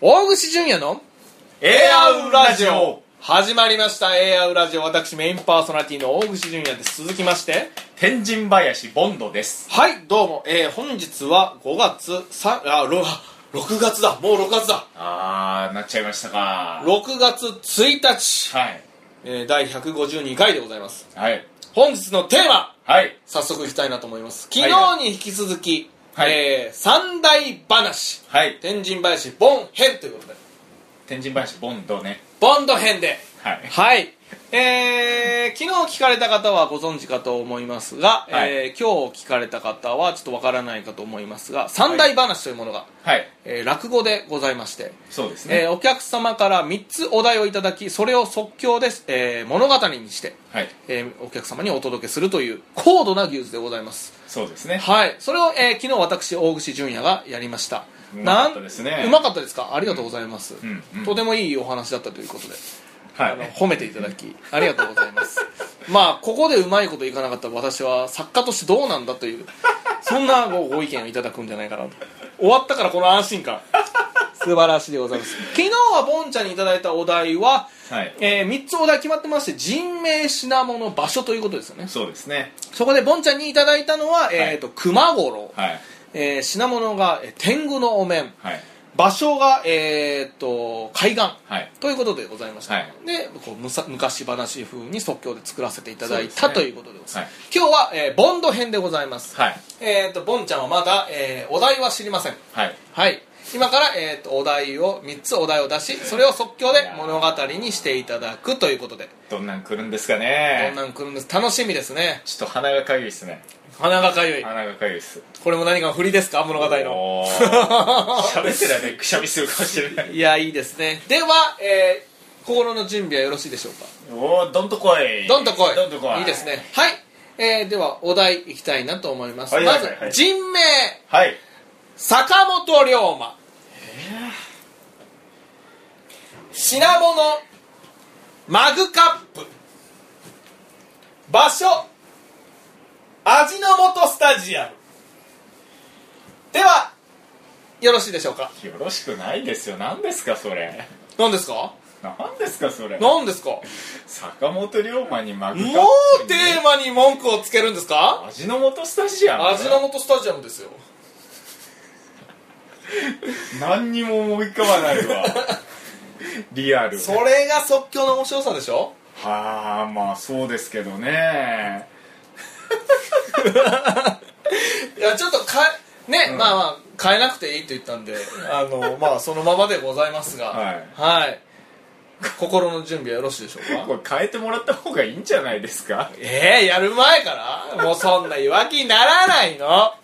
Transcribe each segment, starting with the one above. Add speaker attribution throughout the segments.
Speaker 1: 大串淳也の
Speaker 2: エアウラジオ
Speaker 1: 始まりました a アウラジオ私メインパーソナリティの大串淳也です続きまして
Speaker 2: 天神林ボンドです
Speaker 1: はいどうも、えー、本日は5月3あろあ6月だもう6月だ
Speaker 2: あーなっちゃいましたか
Speaker 1: 6月1日、
Speaker 2: はい
Speaker 1: えー、第152回でございます
Speaker 2: はい
Speaker 1: 本日のテーマ
Speaker 2: はい
Speaker 1: 早速いきたいなと思います
Speaker 2: は
Speaker 1: 昨
Speaker 2: いはい
Speaker 1: 日に引き続き、
Speaker 2: はい
Speaker 1: えー、三大話
Speaker 2: はい
Speaker 1: 天神林ボン編ということで
Speaker 2: 天神林ボンドね
Speaker 1: ボンド編で
Speaker 2: はい
Speaker 1: はい。えー、昨日聞かれた方はご存知かと思いますが、
Speaker 2: はい
Speaker 1: えー今日聞かれた方はちょっとわからないかと思いますが、三大話というものが、
Speaker 2: はい
Speaker 1: えー落語でございまして、
Speaker 2: そうです
Speaker 1: え
Speaker 2: ね
Speaker 1: ーお客様から3つお題をいただき、それを即興で、えー物語にして、
Speaker 2: はい
Speaker 1: えーお客様にお届けするという高度な技術でございます。
Speaker 2: そうですね
Speaker 1: はい。それを、えー昨日私、大串淳也がやりました。
Speaker 2: うまかったですね
Speaker 1: なんうまかったですかありがとうございます、
Speaker 2: んうん
Speaker 1: とてもいいお話だったということで。
Speaker 2: は
Speaker 1: あの
Speaker 2: い
Speaker 1: 褒めていただきありがとうございますまあここでうまいこといかなかったら私は作家としてどうなんだというそんなごご意見をいただくんじゃないかなと終わったからこの安心感素晴らしいでございます昨日はボンちゃんにいただいたお題は、
Speaker 2: はい
Speaker 1: え3つお題決まってまして人名品物場所ということですよね
Speaker 2: そうですね
Speaker 1: そこでボンちゃんにいただいたのは、えー、と熊五郎、
Speaker 2: はい
Speaker 1: えー品物が、えー天狗のお面
Speaker 2: はい
Speaker 1: 場所が、えー、と海岸
Speaker 2: はい
Speaker 1: ということでございました、
Speaker 2: はい
Speaker 1: でこうむさ昔話風に即興で作らせていただい
Speaker 2: そ
Speaker 1: た、
Speaker 2: うですね
Speaker 1: ということでございます、
Speaker 2: は
Speaker 1: 今日は、えーボンド編でございます、
Speaker 2: はい
Speaker 1: えっ、とボンちゃんはまだ、えーお題は知りません
Speaker 2: はい
Speaker 1: はい今から、えー、とお題を3つお題を出しそれを即興で物語にしていただくということで
Speaker 2: どんなん来るんですか
Speaker 1: ど
Speaker 2: ね
Speaker 1: んなん来るんです楽しみですね
Speaker 2: ちょっと鼻がかゆいですね
Speaker 1: 鼻がかゆい
Speaker 2: 鼻がかゆいです
Speaker 1: これも何かの振りですか物語の
Speaker 2: おー喋ってらねくしゃみするかもしれない
Speaker 1: いやいいですねでは、えー心の準備はよろしいでしょうか
Speaker 2: おおどんとこい
Speaker 1: どんと来い
Speaker 2: どんと来い
Speaker 1: いですねはい、えーではお題いきたいなと思います、
Speaker 2: はいはいはいはい
Speaker 1: まず人名
Speaker 2: はい
Speaker 1: 坂本龍馬、品物マグカップ場所味の素スタジアムではよろしいでしょうか
Speaker 2: よろしくないですよ何ですかそれ
Speaker 1: 何ですか
Speaker 2: 何ですかそれ
Speaker 1: 何ですかも
Speaker 2: 坂本龍馬にマグ
Speaker 1: う
Speaker 2: カップに
Speaker 1: テーマに文句をつけるんですか
Speaker 2: 味の素スタジアム
Speaker 1: 味の素スタジアムですよ
Speaker 2: 何にも思い浮かばな いわリアル
Speaker 1: それが即興の面白さでしょ
Speaker 2: はあまあそうですけどね
Speaker 1: いやちょっとかね、まあまあ変えなくていいと言った んであのまあそのままでございますが
Speaker 2: はい
Speaker 1: はい心の準備はよろしいでしょう
Speaker 2: こ
Speaker 1: か
Speaker 2: れ変えてもらった方がいいんじゃないですか
Speaker 1: ええやる前からもうそんな弱気にならないの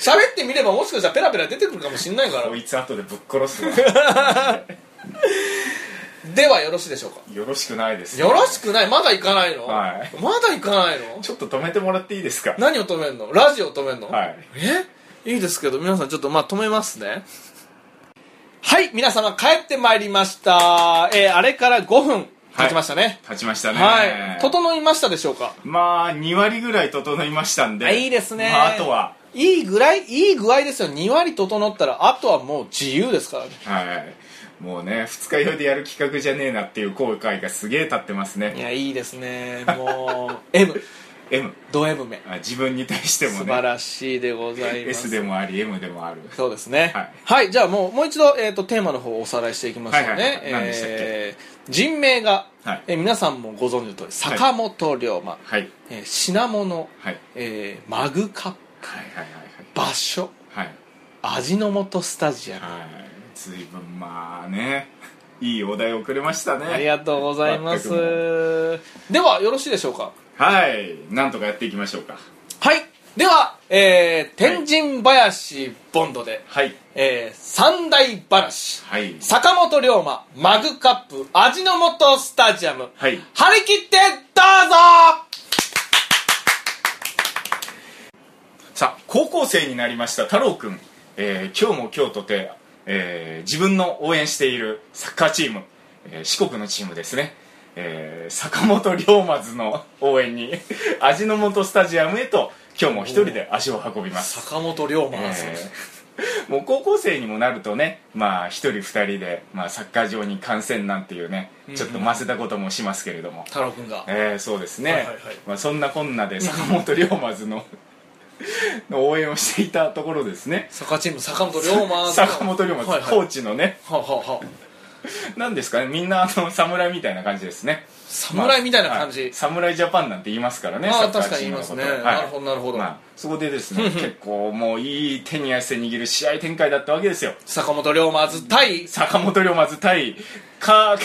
Speaker 1: 喋ってみればもしかしたらペラペラ出てくるかもしんないから
Speaker 2: こいつ後でぶっ殺 すわ
Speaker 1: ではよろしいでしょうか
Speaker 2: よろしくないです
Speaker 1: よろしくないまだ行かないの、
Speaker 2: はい
Speaker 1: まだ行かないの
Speaker 2: ちょっと止めてもらっていいですか
Speaker 1: 何を止めんのラジオを止めんの
Speaker 2: はい
Speaker 1: えいいですけど皆さんちょっとまあ止めますねはい皆様帰ってまいりました、えーあれから5分経ちましたね
Speaker 2: 立ちましたね
Speaker 1: はい、整いましたでしょうか
Speaker 2: まあ2割ぐらい整いましたん
Speaker 1: あ
Speaker 2: で
Speaker 1: いいですね
Speaker 2: まあ、あとはい
Speaker 1: いぐらいいい具合ですよ2割整ったらあとはもう自由ですからね
Speaker 2: はいもうね二日酔いでやる企画じゃねえなっていう後悔がすげえ立ってます
Speaker 1: い
Speaker 2: ね
Speaker 1: やいいですねもう M
Speaker 2: M
Speaker 1: ド M 目
Speaker 2: あ自分に対しても
Speaker 1: 素晴
Speaker 2: ね
Speaker 1: らしいでございます
Speaker 2: S でもあり M でもある
Speaker 1: そうですね
Speaker 2: はい
Speaker 1: じゃあもうもう一度、えー、とテーマの方をおさらいしていきましょうね、
Speaker 2: はいはいはい何でしたっけ
Speaker 1: えー人名が、
Speaker 2: はい
Speaker 1: えー皆さんもご存知の通り坂本龍馬、
Speaker 2: はい
Speaker 1: えー品物、
Speaker 2: はい
Speaker 1: えーマグカップ
Speaker 2: はいはい
Speaker 1: 場所
Speaker 2: はいはい
Speaker 1: 味の素スタジアム、
Speaker 2: はい随分まあねいいお題をくれましたね
Speaker 1: ありがとうございます
Speaker 2: 全くもう
Speaker 1: ではよろしいでしょうか
Speaker 2: はいなんとかやっていきましょうか
Speaker 1: はいでは、えー天神林ボンドで、
Speaker 2: はい
Speaker 1: えー三大話、
Speaker 2: はい
Speaker 1: 坂本龍馬マグカップ味の素スタジアム、
Speaker 2: はい
Speaker 1: 張り切ってど
Speaker 2: さあ高校生になりました太郎くん、えー今日も今日とて、えー自分の応援しているサッカーチーム、えー四国のチームですね、えー坂本龍馬図の応援に 味の素スタジアムへと今日も一人で足を運びま
Speaker 1: うぞ
Speaker 2: す、
Speaker 1: 坂本龍馬
Speaker 2: え
Speaker 1: なんですね、
Speaker 2: ーもう高校生にもなるとねまあ1人2人で、まあ、サッカー場に観戦なんていうねちょっとませたこともしますけれども、
Speaker 1: 太郎くんが
Speaker 2: えーそうですね、
Speaker 3: はいはいはい
Speaker 2: まあ、そんなこんなで坂本龍馬図 のの応援をしていたところですね
Speaker 1: サッカーチーム坂本龍馬の
Speaker 2: 坂本龍馬図、
Speaker 1: はいはい
Speaker 2: コ
Speaker 1: は
Speaker 2: ーチのね
Speaker 1: あはあはあ
Speaker 2: なんですかねみんなあの侍みたいな感じですね
Speaker 1: 侍みたいな感じ
Speaker 2: まあはい侍ジャパンなんて言いますからね
Speaker 1: ま
Speaker 2: サ
Speaker 1: あ
Speaker 2: ッカー
Speaker 1: 確か
Speaker 2: チ
Speaker 1: に
Speaker 2: ー
Speaker 1: 言い
Speaker 2: ムの
Speaker 1: ま
Speaker 2: こ
Speaker 1: すね、
Speaker 2: とは
Speaker 1: な
Speaker 2: い
Speaker 1: るほどなるほど、
Speaker 2: まあ、そこでですね
Speaker 1: うんうん
Speaker 2: 結構もういい手に汗握る試合展開だったわけですよ
Speaker 1: 坂本龍馬図対
Speaker 2: 坂本龍馬図対か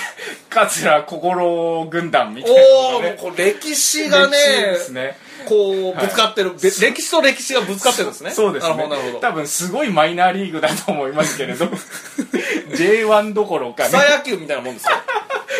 Speaker 2: 桂心軍団みたい
Speaker 1: おお
Speaker 2: な
Speaker 1: ー
Speaker 2: の
Speaker 1: もうこれ歴史がね
Speaker 2: 歴史ですね
Speaker 1: こう
Speaker 2: はい
Speaker 1: ぶつかってる、べ歴史と歴史がぶつかってるんですね
Speaker 2: そうですね
Speaker 1: なるほどなるほど
Speaker 2: 多分すごいマイナーリーグだと思いますけ れど J1 どころか
Speaker 1: 草
Speaker 2: ね
Speaker 1: 野球みたいなもんですか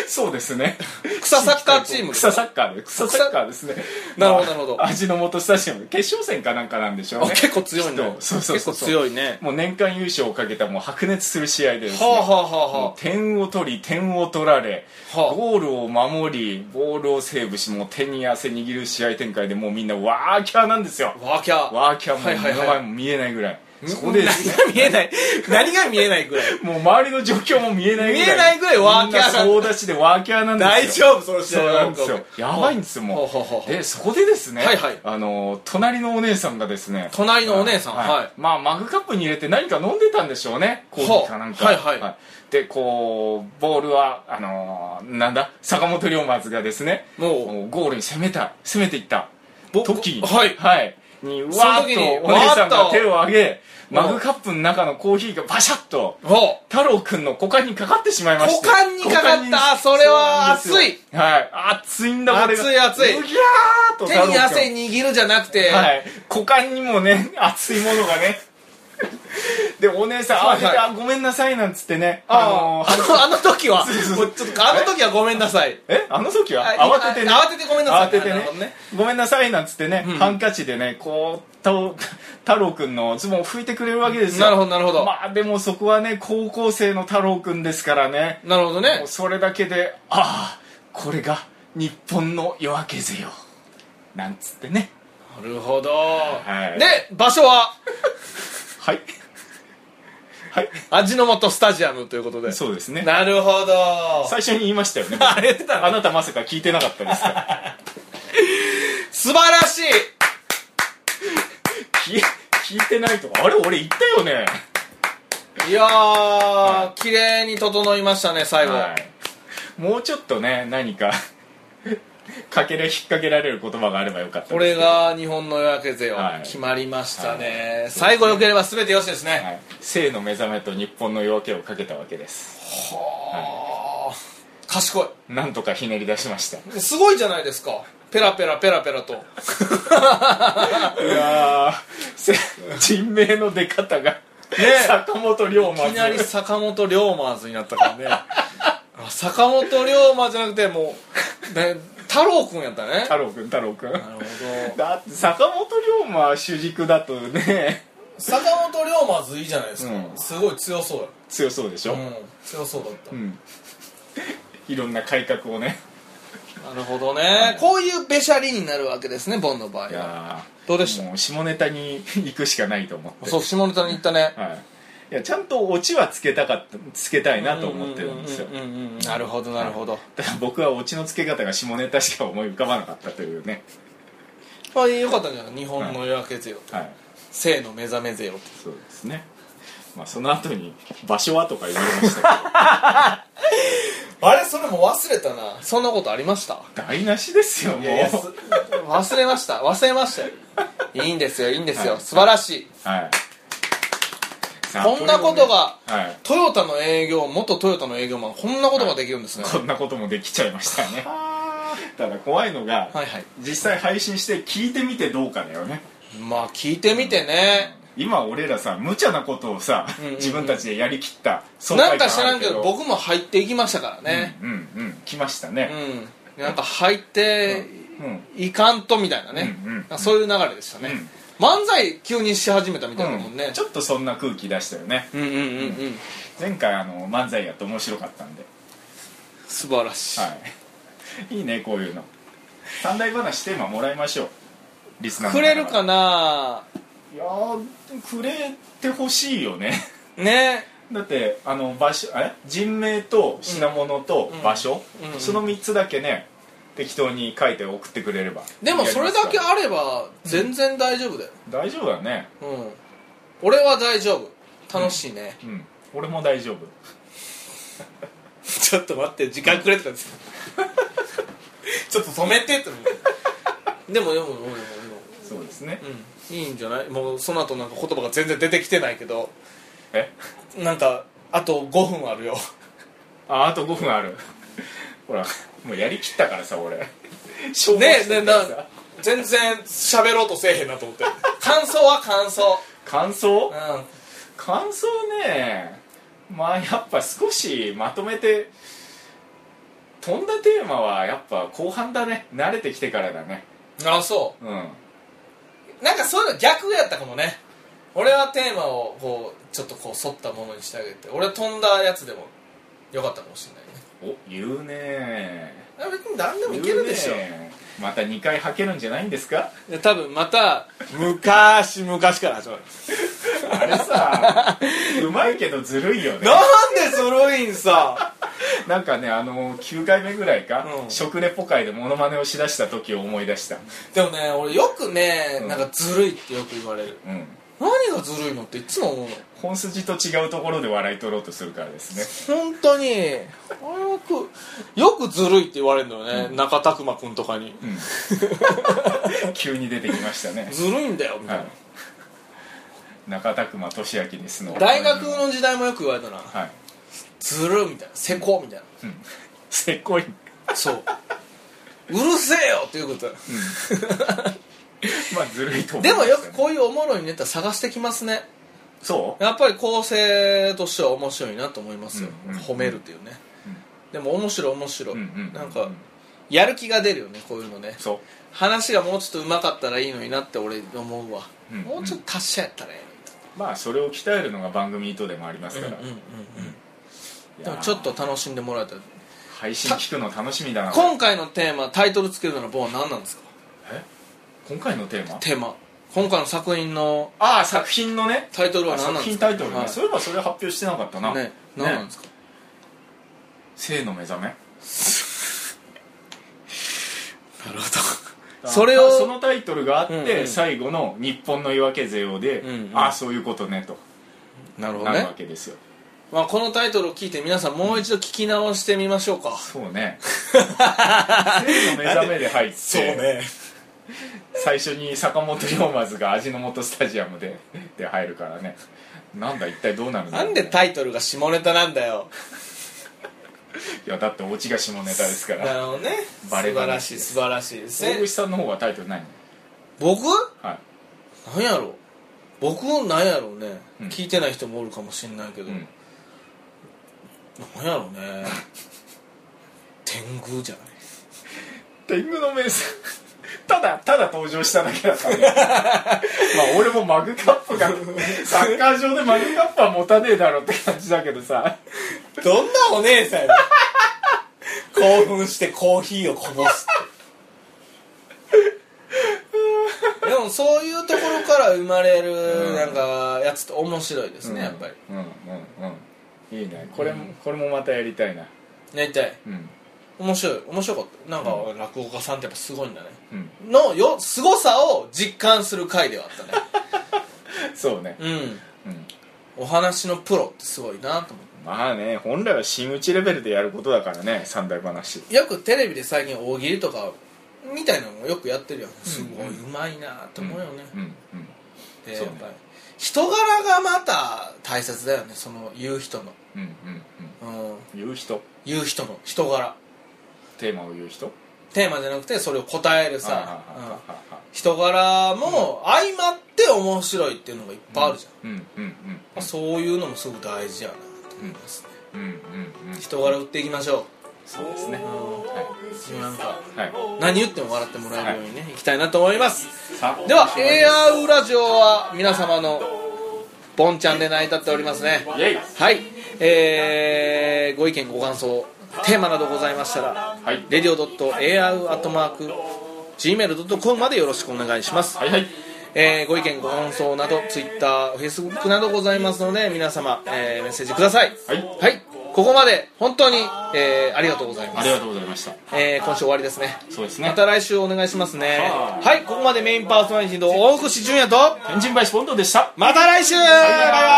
Speaker 2: そうですね
Speaker 1: 草サッカーチームです
Speaker 2: 草サッカーで草サッカーですね
Speaker 1: なるほどなるほど
Speaker 2: まあ味の素スタジアム決勝戦かなんかなんでしょう
Speaker 1: あ
Speaker 2: ね
Speaker 1: 結構強いね
Speaker 2: きっとそうそうそう
Speaker 1: 結構強いね
Speaker 2: もう年間優勝をかけたもう白熱する試合でですね、
Speaker 1: はあはあはあ
Speaker 2: もう
Speaker 1: は
Speaker 2: 点を取り点を取られ、
Speaker 1: はあ
Speaker 2: ゴールを守りボールをセーブしもう手に汗握る試合展開でもうみんなワーキャーなんですよ
Speaker 1: あワーキャー
Speaker 2: ワーキャーも
Speaker 1: はいはい
Speaker 2: 名
Speaker 1: はい
Speaker 2: 前も見えないぐらい、そこでですね
Speaker 1: 何が見えない何が見えないぐらい
Speaker 2: もう周りの状況も見えないぐらい
Speaker 1: 見えないぐらいワーキャーなんだ
Speaker 2: みんな総出しでワーキャーなんですよ
Speaker 1: 大丈夫その試合
Speaker 2: そうなんですよやばいんですよ
Speaker 1: ほう
Speaker 2: も
Speaker 1: ほうほうほ
Speaker 2: う
Speaker 1: う
Speaker 2: でそこでですね、
Speaker 1: はいはい
Speaker 2: あの隣のお姉さんがですね
Speaker 1: 隣のお姉さんはい
Speaker 2: まあマグカップに入れて何か飲んでたんでしょうねコーヒーかなんか
Speaker 1: ほうはいはい
Speaker 2: でこうボールはあのーなんだ坂本龍馬がですね
Speaker 1: もう
Speaker 2: もうゴールに攻めた攻めていった
Speaker 1: ぼ
Speaker 2: 時に
Speaker 1: はい
Speaker 2: はいにうわー
Speaker 1: その
Speaker 2: っ
Speaker 1: 時に
Speaker 2: とお姉さん
Speaker 1: わーっ
Speaker 2: が
Speaker 1: と
Speaker 2: 手を上げ
Speaker 1: うん
Speaker 2: マグカップの中のコーヒーがバシャッと
Speaker 1: ほう
Speaker 2: 太郎くんの股間にかかってしまいまして
Speaker 1: 股間にかかった
Speaker 2: 股間に
Speaker 1: それは熱い
Speaker 2: そうなんですよはい熱いんだこれが
Speaker 1: 熱い熱いう
Speaker 2: ぎゃーっと
Speaker 1: 手に汗握るじゃなくて、
Speaker 2: はい股間にもね 熱いものがね でお姉さん
Speaker 1: は
Speaker 2: 慌
Speaker 1: い
Speaker 2: てて
Speaker 1: はい
Speaker 2: あごめんなさいなんつってね
Speaker 1: あ
Speaker 2: の
Speaker 1: のあのあの時は
Speaker 2: そうそう
Speaker 1: もうちょっとあの時はごめんなさい
Speaker 2: えあの時は
Speaker 1: あ
Speaker 2: 慌ててね
Speaker 1: あ慌ててごめんなさい
Speaker 2: 慌てて
Speaker 1: あなる
Speaker 2: ね
Speaker 1: ほどね
Speaker 2: ごめんなさいなんつってね、
Speaker 1: うん
Speaker 2: ハンカチでねこう太太郎くんのズボンを拭いてくれるわけですよ
Speaker 1: なるほどなるほど、
Speaker 2: まあでもそこはね高校生の太郎くんですからね
Speaker 1: なるほどね
Speaker 2: もうそれだけでああこれが日本の夜明けぜよなんつってね
Speaker 1: なるほど、
Speaker 2: い
Speaker 1: で場所は
Speaker 2: はいはい
Speaker 1: 味の素スタジアムということで
Speaker 2: そうですね
Speaker 1: なるほど
Speaker 2: 最初に言いましたよね
Speaker 1: あれだ
Speaker 2: あなたまさか聞いてなかったですか
Speaker 1: 素晴らしい
Speaker 2: 聞い聞いてないとかあれ俺言ったよね
Speaker 1: いやー綺麗に整いましたね最後、
Speaker 2: はい もうちょっとね何か かけれ引っ掛けられる言葉があればよかった
Speaker 1: これが日本の夜明けぜよ、
Speaker 2: はい
Speaker 1: 決まりましたね、
Speaker 2: はい
Speaker 1: 最後良ければ全てよしですね、
Speaker 2: はい、生の目覚めと日本の夜明けをかけたわけです
Speaker 1: はあ賢い
Speaker 2: なんとかひねり出しましたい
Speaker 1: すごいじゃないですかペラペラペラペラと
Speaker 2: や人命の出方が、坂本龍馬
Speaker 1: いきなり坂本龍馬図になったからね あ坂本龍馬じゃなくてもう、ね、太郎くんやったね
Speaker 2: 太郎くん太郎くん
Speaker 1: なるほど
Speaker 2: だって坂本龍馬主軸だとね
Speaker 1: 坂本龍馬図いいじゃないですか、
Speaker 2: うん
Speaker 1: すごい強そうや
Speaker 2: 強そうでしょ、
Speaker 1: うん強そうだった、
Speaker 2: うんいろんな改革をね
Speaker 1: なるほどねこういうべしゃりになるわけですねボンの場合
Speaker 2: い
Speaker 1: は
Speaker 2: や
Speaker 1: どうでした
Speaker 2: もう下ネタに行くしかないと思って
Speaker 1: そう下ネタに言ったね
Speaker 2: はい、いやちゃんとオチはつけたかったつけたいなと思ってるんですよ
Speaker 1: うんうんうんうんなるほどなるほど
Speaker 2: ただ僕はオチのつけ方が下ネタしか思い浮かばなかったというね
Speaker 1: まあよかったんじゃない日本の夜明けぜよ
Speaker 2: はい
Speaker 1: 生の目覚めぜよって
Speaker 2: そうですねまあその後に「場所は?」とか言われましたけ
Speaker 1: あれそれも忘れたなそんなことありました
Speaker 2: ど台無しですよもう
Speaker 1: いやいやす忘れました忘れま したよいいんですよいいんですよ、
Speaker 2: はい
Speaker 1: 素晴らしい
Speaker 2: はいさあ
Speaker 1: こんなことが
Speaker 2: れをねはい
Speaker 1: トヨタの営業元トヨタの営業マンこんなことができるんですね、
Speaker 2: こんなこともできちゃいましたねただ怖いのが、
Speaker 1: はいはい
Speaker 2: 実際配信して聞いてみてどうかだよね
Speaker 1: まあ聞いてみてね、
Speaker 2: 今俺らさ無茶なことをさ、
Speaker 1: んうんうん
Speaker 2: 自分たちでやりきった爽
Speaker 1: な
Speaker 2: 快
Speaker 1: んか
Speaker 2: 感
Speaker 1: 知らんけ
Speaker 2: あ
Speaker 1: ど
Speaker 2: る
Speaker 1: 僕も入っていきましたからね
Speaker 2: うんうん来ました
Speaker 1: う
Speaker 2: ね、
Speaker 1: ん、なんか入って
Speaker 2: うん
Speaker 1: いかんとみたいなね、
Speaker 2: うんうんうん
Speaker 1: なんかそういう流れでしたね、漫才急にし始めたみたいなもんね、
Speaker 2: ちょっとそんな空気出したよね
Speaker 1: うんうんうんうん
Speaker 2: 前回あの漫才やって面白かったんで
Speaker 1: 素晴らしい、
Speaker 2: はいいいねこういうの三大話テーマもらいましょうリスナーの
Speaker 1: くれるか
Speaker 2: な
Speaker 1: な
Speaker 2: いやーくれてほしいよね
Speaker 1: ね
Speaker 2: だってあの場所え人名と品物と
Speaker 1: うん
Speaker 2: 場所、
Speaker 1: うん
Speaker 2: その3つだけね適当に書いて送ってくれれば
Speaker 1: でもそれだけ
Speaker 2: やりますか
Speaker 1: あれば全然大丈夫だよ、
Speaker 2: ら大丈夫だね
Speaker 1: うん俺は大丈夫楽しいね、
Speaker 2: うん俺も大丈夫
Speaker 1: ちょっと待って時間くれって言ったんです ちょっと止めてって思う でもでもでもでも
Speaker 2: そうですね
Speaker 1: でもうんいいんじゃないもうその後なんか言葉が全然出てきてないけど
Speaker 2: え
Speaker 1: なんかあと5分あるよ
Speaker 2: ああと5分ある ほらもうやりきったからさ俺ね
Speaker 1: ねえねえな全然喋ろうとせえへんなと思って感想は感想
Speaker 2: 感想
Speaker 1: うん
Speaker 2: 感想ねまあやっぱ少しまとめて飛んだテーマはやっぱ後半だね慣れてきてからだね
Speaker 1: あそ
Speaker 2: うん
Speaker 1: うなんかそういうの逆やったかもね俺はテーマをこうちょっとこう沿ったものにしてあげて俺飛んだやつでもよかったかもしれないね
Speaker 2: お言うね
Speaker 1: あ別に何でもいけるでしょ
Speaker 2: 言うねまた2回吐けるんじゃないんで すか
Speaker 1: で多分また昔昔から始まる
Speaker 2: あれさうまいけどずる いよね
Speaker 1: なんでそろいんさ
Speaker 2: なんかねあの9回目ぐらいか、
Speaker 1: うん
Speaker 2: 食レポ会でモノマネをしだした時を思い出した
Speaker 1: でもね俺よくね
Speaker 2: うん
Speaker 1: なんかずるいってよく言われる
Speaker 2: うん
Speaker 1: 何がずるいのっていつも思うの
Speaker 2: 本筋と違うところで笑い取ろうとするからですね
Speaker 1: 本当にあよくよくずるいって言われるのよね、中田くま君とかに
Speaker 2: うん 急に出てきましたね、
Speaker 1: ずるいんだよみたい
Speaker 2: は
Speaker 1: な、
Speaker 2: い、中田熊俊明ですの
Speaker 1: 大学の時代もよく言われたな
Speaker 2: はい、
Speaker 1: ずるみたいなせこみたい
Speaker 2: うん、せっこい、うん、
Speaker 1: なそう うるせえよっていうこと
Speaker 2: まあずるいと思う
Speaker 1: でもよくこういうおもろいネタ探してきますね
Speaker 2: そう
Speaker 1: やっぱり構成としては面白いなと思いますよ、
Speaker 2: うんうん
Speaker 1: 褒めるっていうね、でも面白い面白い、
Speaker 2: うんうん
Speaker 1: なんかやる気が出るよねこういうのね
Speaker 2: そ
Speaker 1: 話がもうちょっと上手かったらいいのになって俺思うわ、
Speaker 2: うんうん
Speaker 1: もうちょっと達者やったらえ
Speaker 2: うまあそれを鍛えるのが番組糸でもありま
Speaker 1: え
Speaker 2: す
Speaker 1: の
Speaker 2: か
Speaker 1: に
Speaker 2: ら、
Speaker 1: とうんうんうん
Speaker 2: い
Speaker 1: で
Speaker 2: やー
Speaker 1: もちょっと楽しんでもらえたら
Speaker 2: 配信聞くの楽しみだな
Speaker 1: 今回のテーマタイトルつけるならボーン何なんですか
Speaker 2: え今回のテーマ
Speaker 1: テーマ今回の作品の
Speaker 2: ああ作品のね
Speaker 1: タイトルは
Speaker 2: あ
Speaker 1: 何
Speaker 2: 作
Speaker 1: なんで
Speaker 2: 品
Speaker 1: すか
Speaker 2: タイトルね、
Speaker 1: はい
Speaker 2: そういえばそれ発表してなかったな、
Speaker 1: ね何なんですか、
Speaker 2: 性の目覚め
Speaker 1: なるほどそれを
Speaker 2: あそのタイトルがあって、
Speaker 1: うんうん
Speaker 2: 最後の「日本の夜明け勢」をで、
Speaker 1: うんうん
Speaker 2: ああそういうことねと
Speaker 1: なるほど
Speaker 2: なる
Speaker 1: ね
Speaker 2: わ、けですよ、
Speaker 1: まあ、このタイトルを聞いて皆さんもう一度聞き直してみましょうか、
Speaker 2: そ うね生の目覚めで入って最初に坂本龍馬が味の素スタジア ムでで入るからねなんだ一体どうなるんだ
Speaker 1: な
Speaker 2: ろうんね
Speaker 1: でタイトルが下ネタなんだよ
Speaker 2: いやだってオチが下ネタですか
Speaker 1: な
Speaker 2: ら
Speaker 1: るほどね
Speaker 2: バレ
Speaker 1: 素晴
Speaker 2: バレ
Speaker 1: らしい素晴らしいです
Speaker 2: 大
Speaker 1: ね
Speaker 2: 口さんの方がタイトルないの
Speaker 1: 僕
Speaker 2: はい
Speaker 1: なんやろう僕なんやろうね、
Speaker 2: うん
Speaker 1: 聞いてない人もおるかもしれないけど、
Speaker 2: う
Speaker 1: なんんやろうね天狗じゃない
Speaker 2: 天狗の名産ただただ登場しただけだったね まあ俺もマグカップがサッカー場でマグカップは持たねえだろって感じだけどさ
Speaker 1: どんなお姉さんやねん興奮してコーヒーをこぼすってでもそういうところから生まれるなんかやつって面白いですね、やっぱり
Speaker 2: うんうんうんいいねこれも、これもまたやりたいな
Speaker 1: やりたい
Speaker 2: うん
Speaker 1: 面白い面白かったなんか落語家さんってやっぱすごいんだね
Speaker 2: うん
Speaker 1: のよ凄さを実感する回ではあったね
Speaker 2: そうね
Speaker 1: うん
Speaker 2: うん
Speaker 1: お話のプロってすごいなと思っ
Speaker 2: まあね本来は真打ちレベルでやることだからね三大話
Speaker 1: てよくテレビで最近大喜利とかみたいなのもよくやってるやんすごいうまいなと思うよね、
Speaker 2: うんうん
Speaker 1: でや
Speaker 2: そう
Speaker 1: っ
Speaker 2: ね
Speaker 1: ぱり人柄がまた大切だよねその言う人の、
Speaker 2: うんうん
Speaker 1: うん、
Speaker 2: うん言う人
Speaker 1: 言う人の人柄
Speaker 2: テーマを言う人
Speaker 1: テーマじゃなくてそれを答えるさ、
Speaker 2: あ
Speaker 1: うん
Speaker 2: ああああ
Speaker 1: 人柄も相まって面白いっていうのがいっぱいあるじゃん、
Speaker 2: うんうん
Speaker 1: まあそういうのもすごく大事やなと思いますね、
Speaker 2: うんうんうんうん
Speaker 1: 人柄売っていきましょ
Speaker 2: そうですねは
Speaker 1: うもうなんか
Speaker 2: いはい
Speaker 1: 何言っても笑ってもらえるようにね、い、きたいなと思います
Speaker 2: さあ
Speaker 1: では AR ラジオは皆様のボンちゃんで成り立っておりますね
Speaker 2: イェイ
Speaker 1: はい、えーご意見ご感想テーマなどございましたら
Speaker 2: はい
Speaker 1: radio.ar.gmail.com までよろしくお願いします、
Speaker 2: はいはい
Speaker 1: えーご意見ご感想などツイッターフェイスブックなどございますので皆様、えーメッセージください
Speaker 2: はい
Speaker 1: ここまで本当に、えーありがとうございま
Speaker 2: あ
Speaker 1: す
Speaker 2: りがとうございました
Speaker 1: えー今週終わりですね
Speaker 2: そうですね
Speaker 1: また来週お願いしますね
Speaker 2: は
Speaker 1: はいここまでメインパーソナリティの大越淳也と
Speaker 2: 天神林ボンドでした
Speaker 1: また来週バイバイ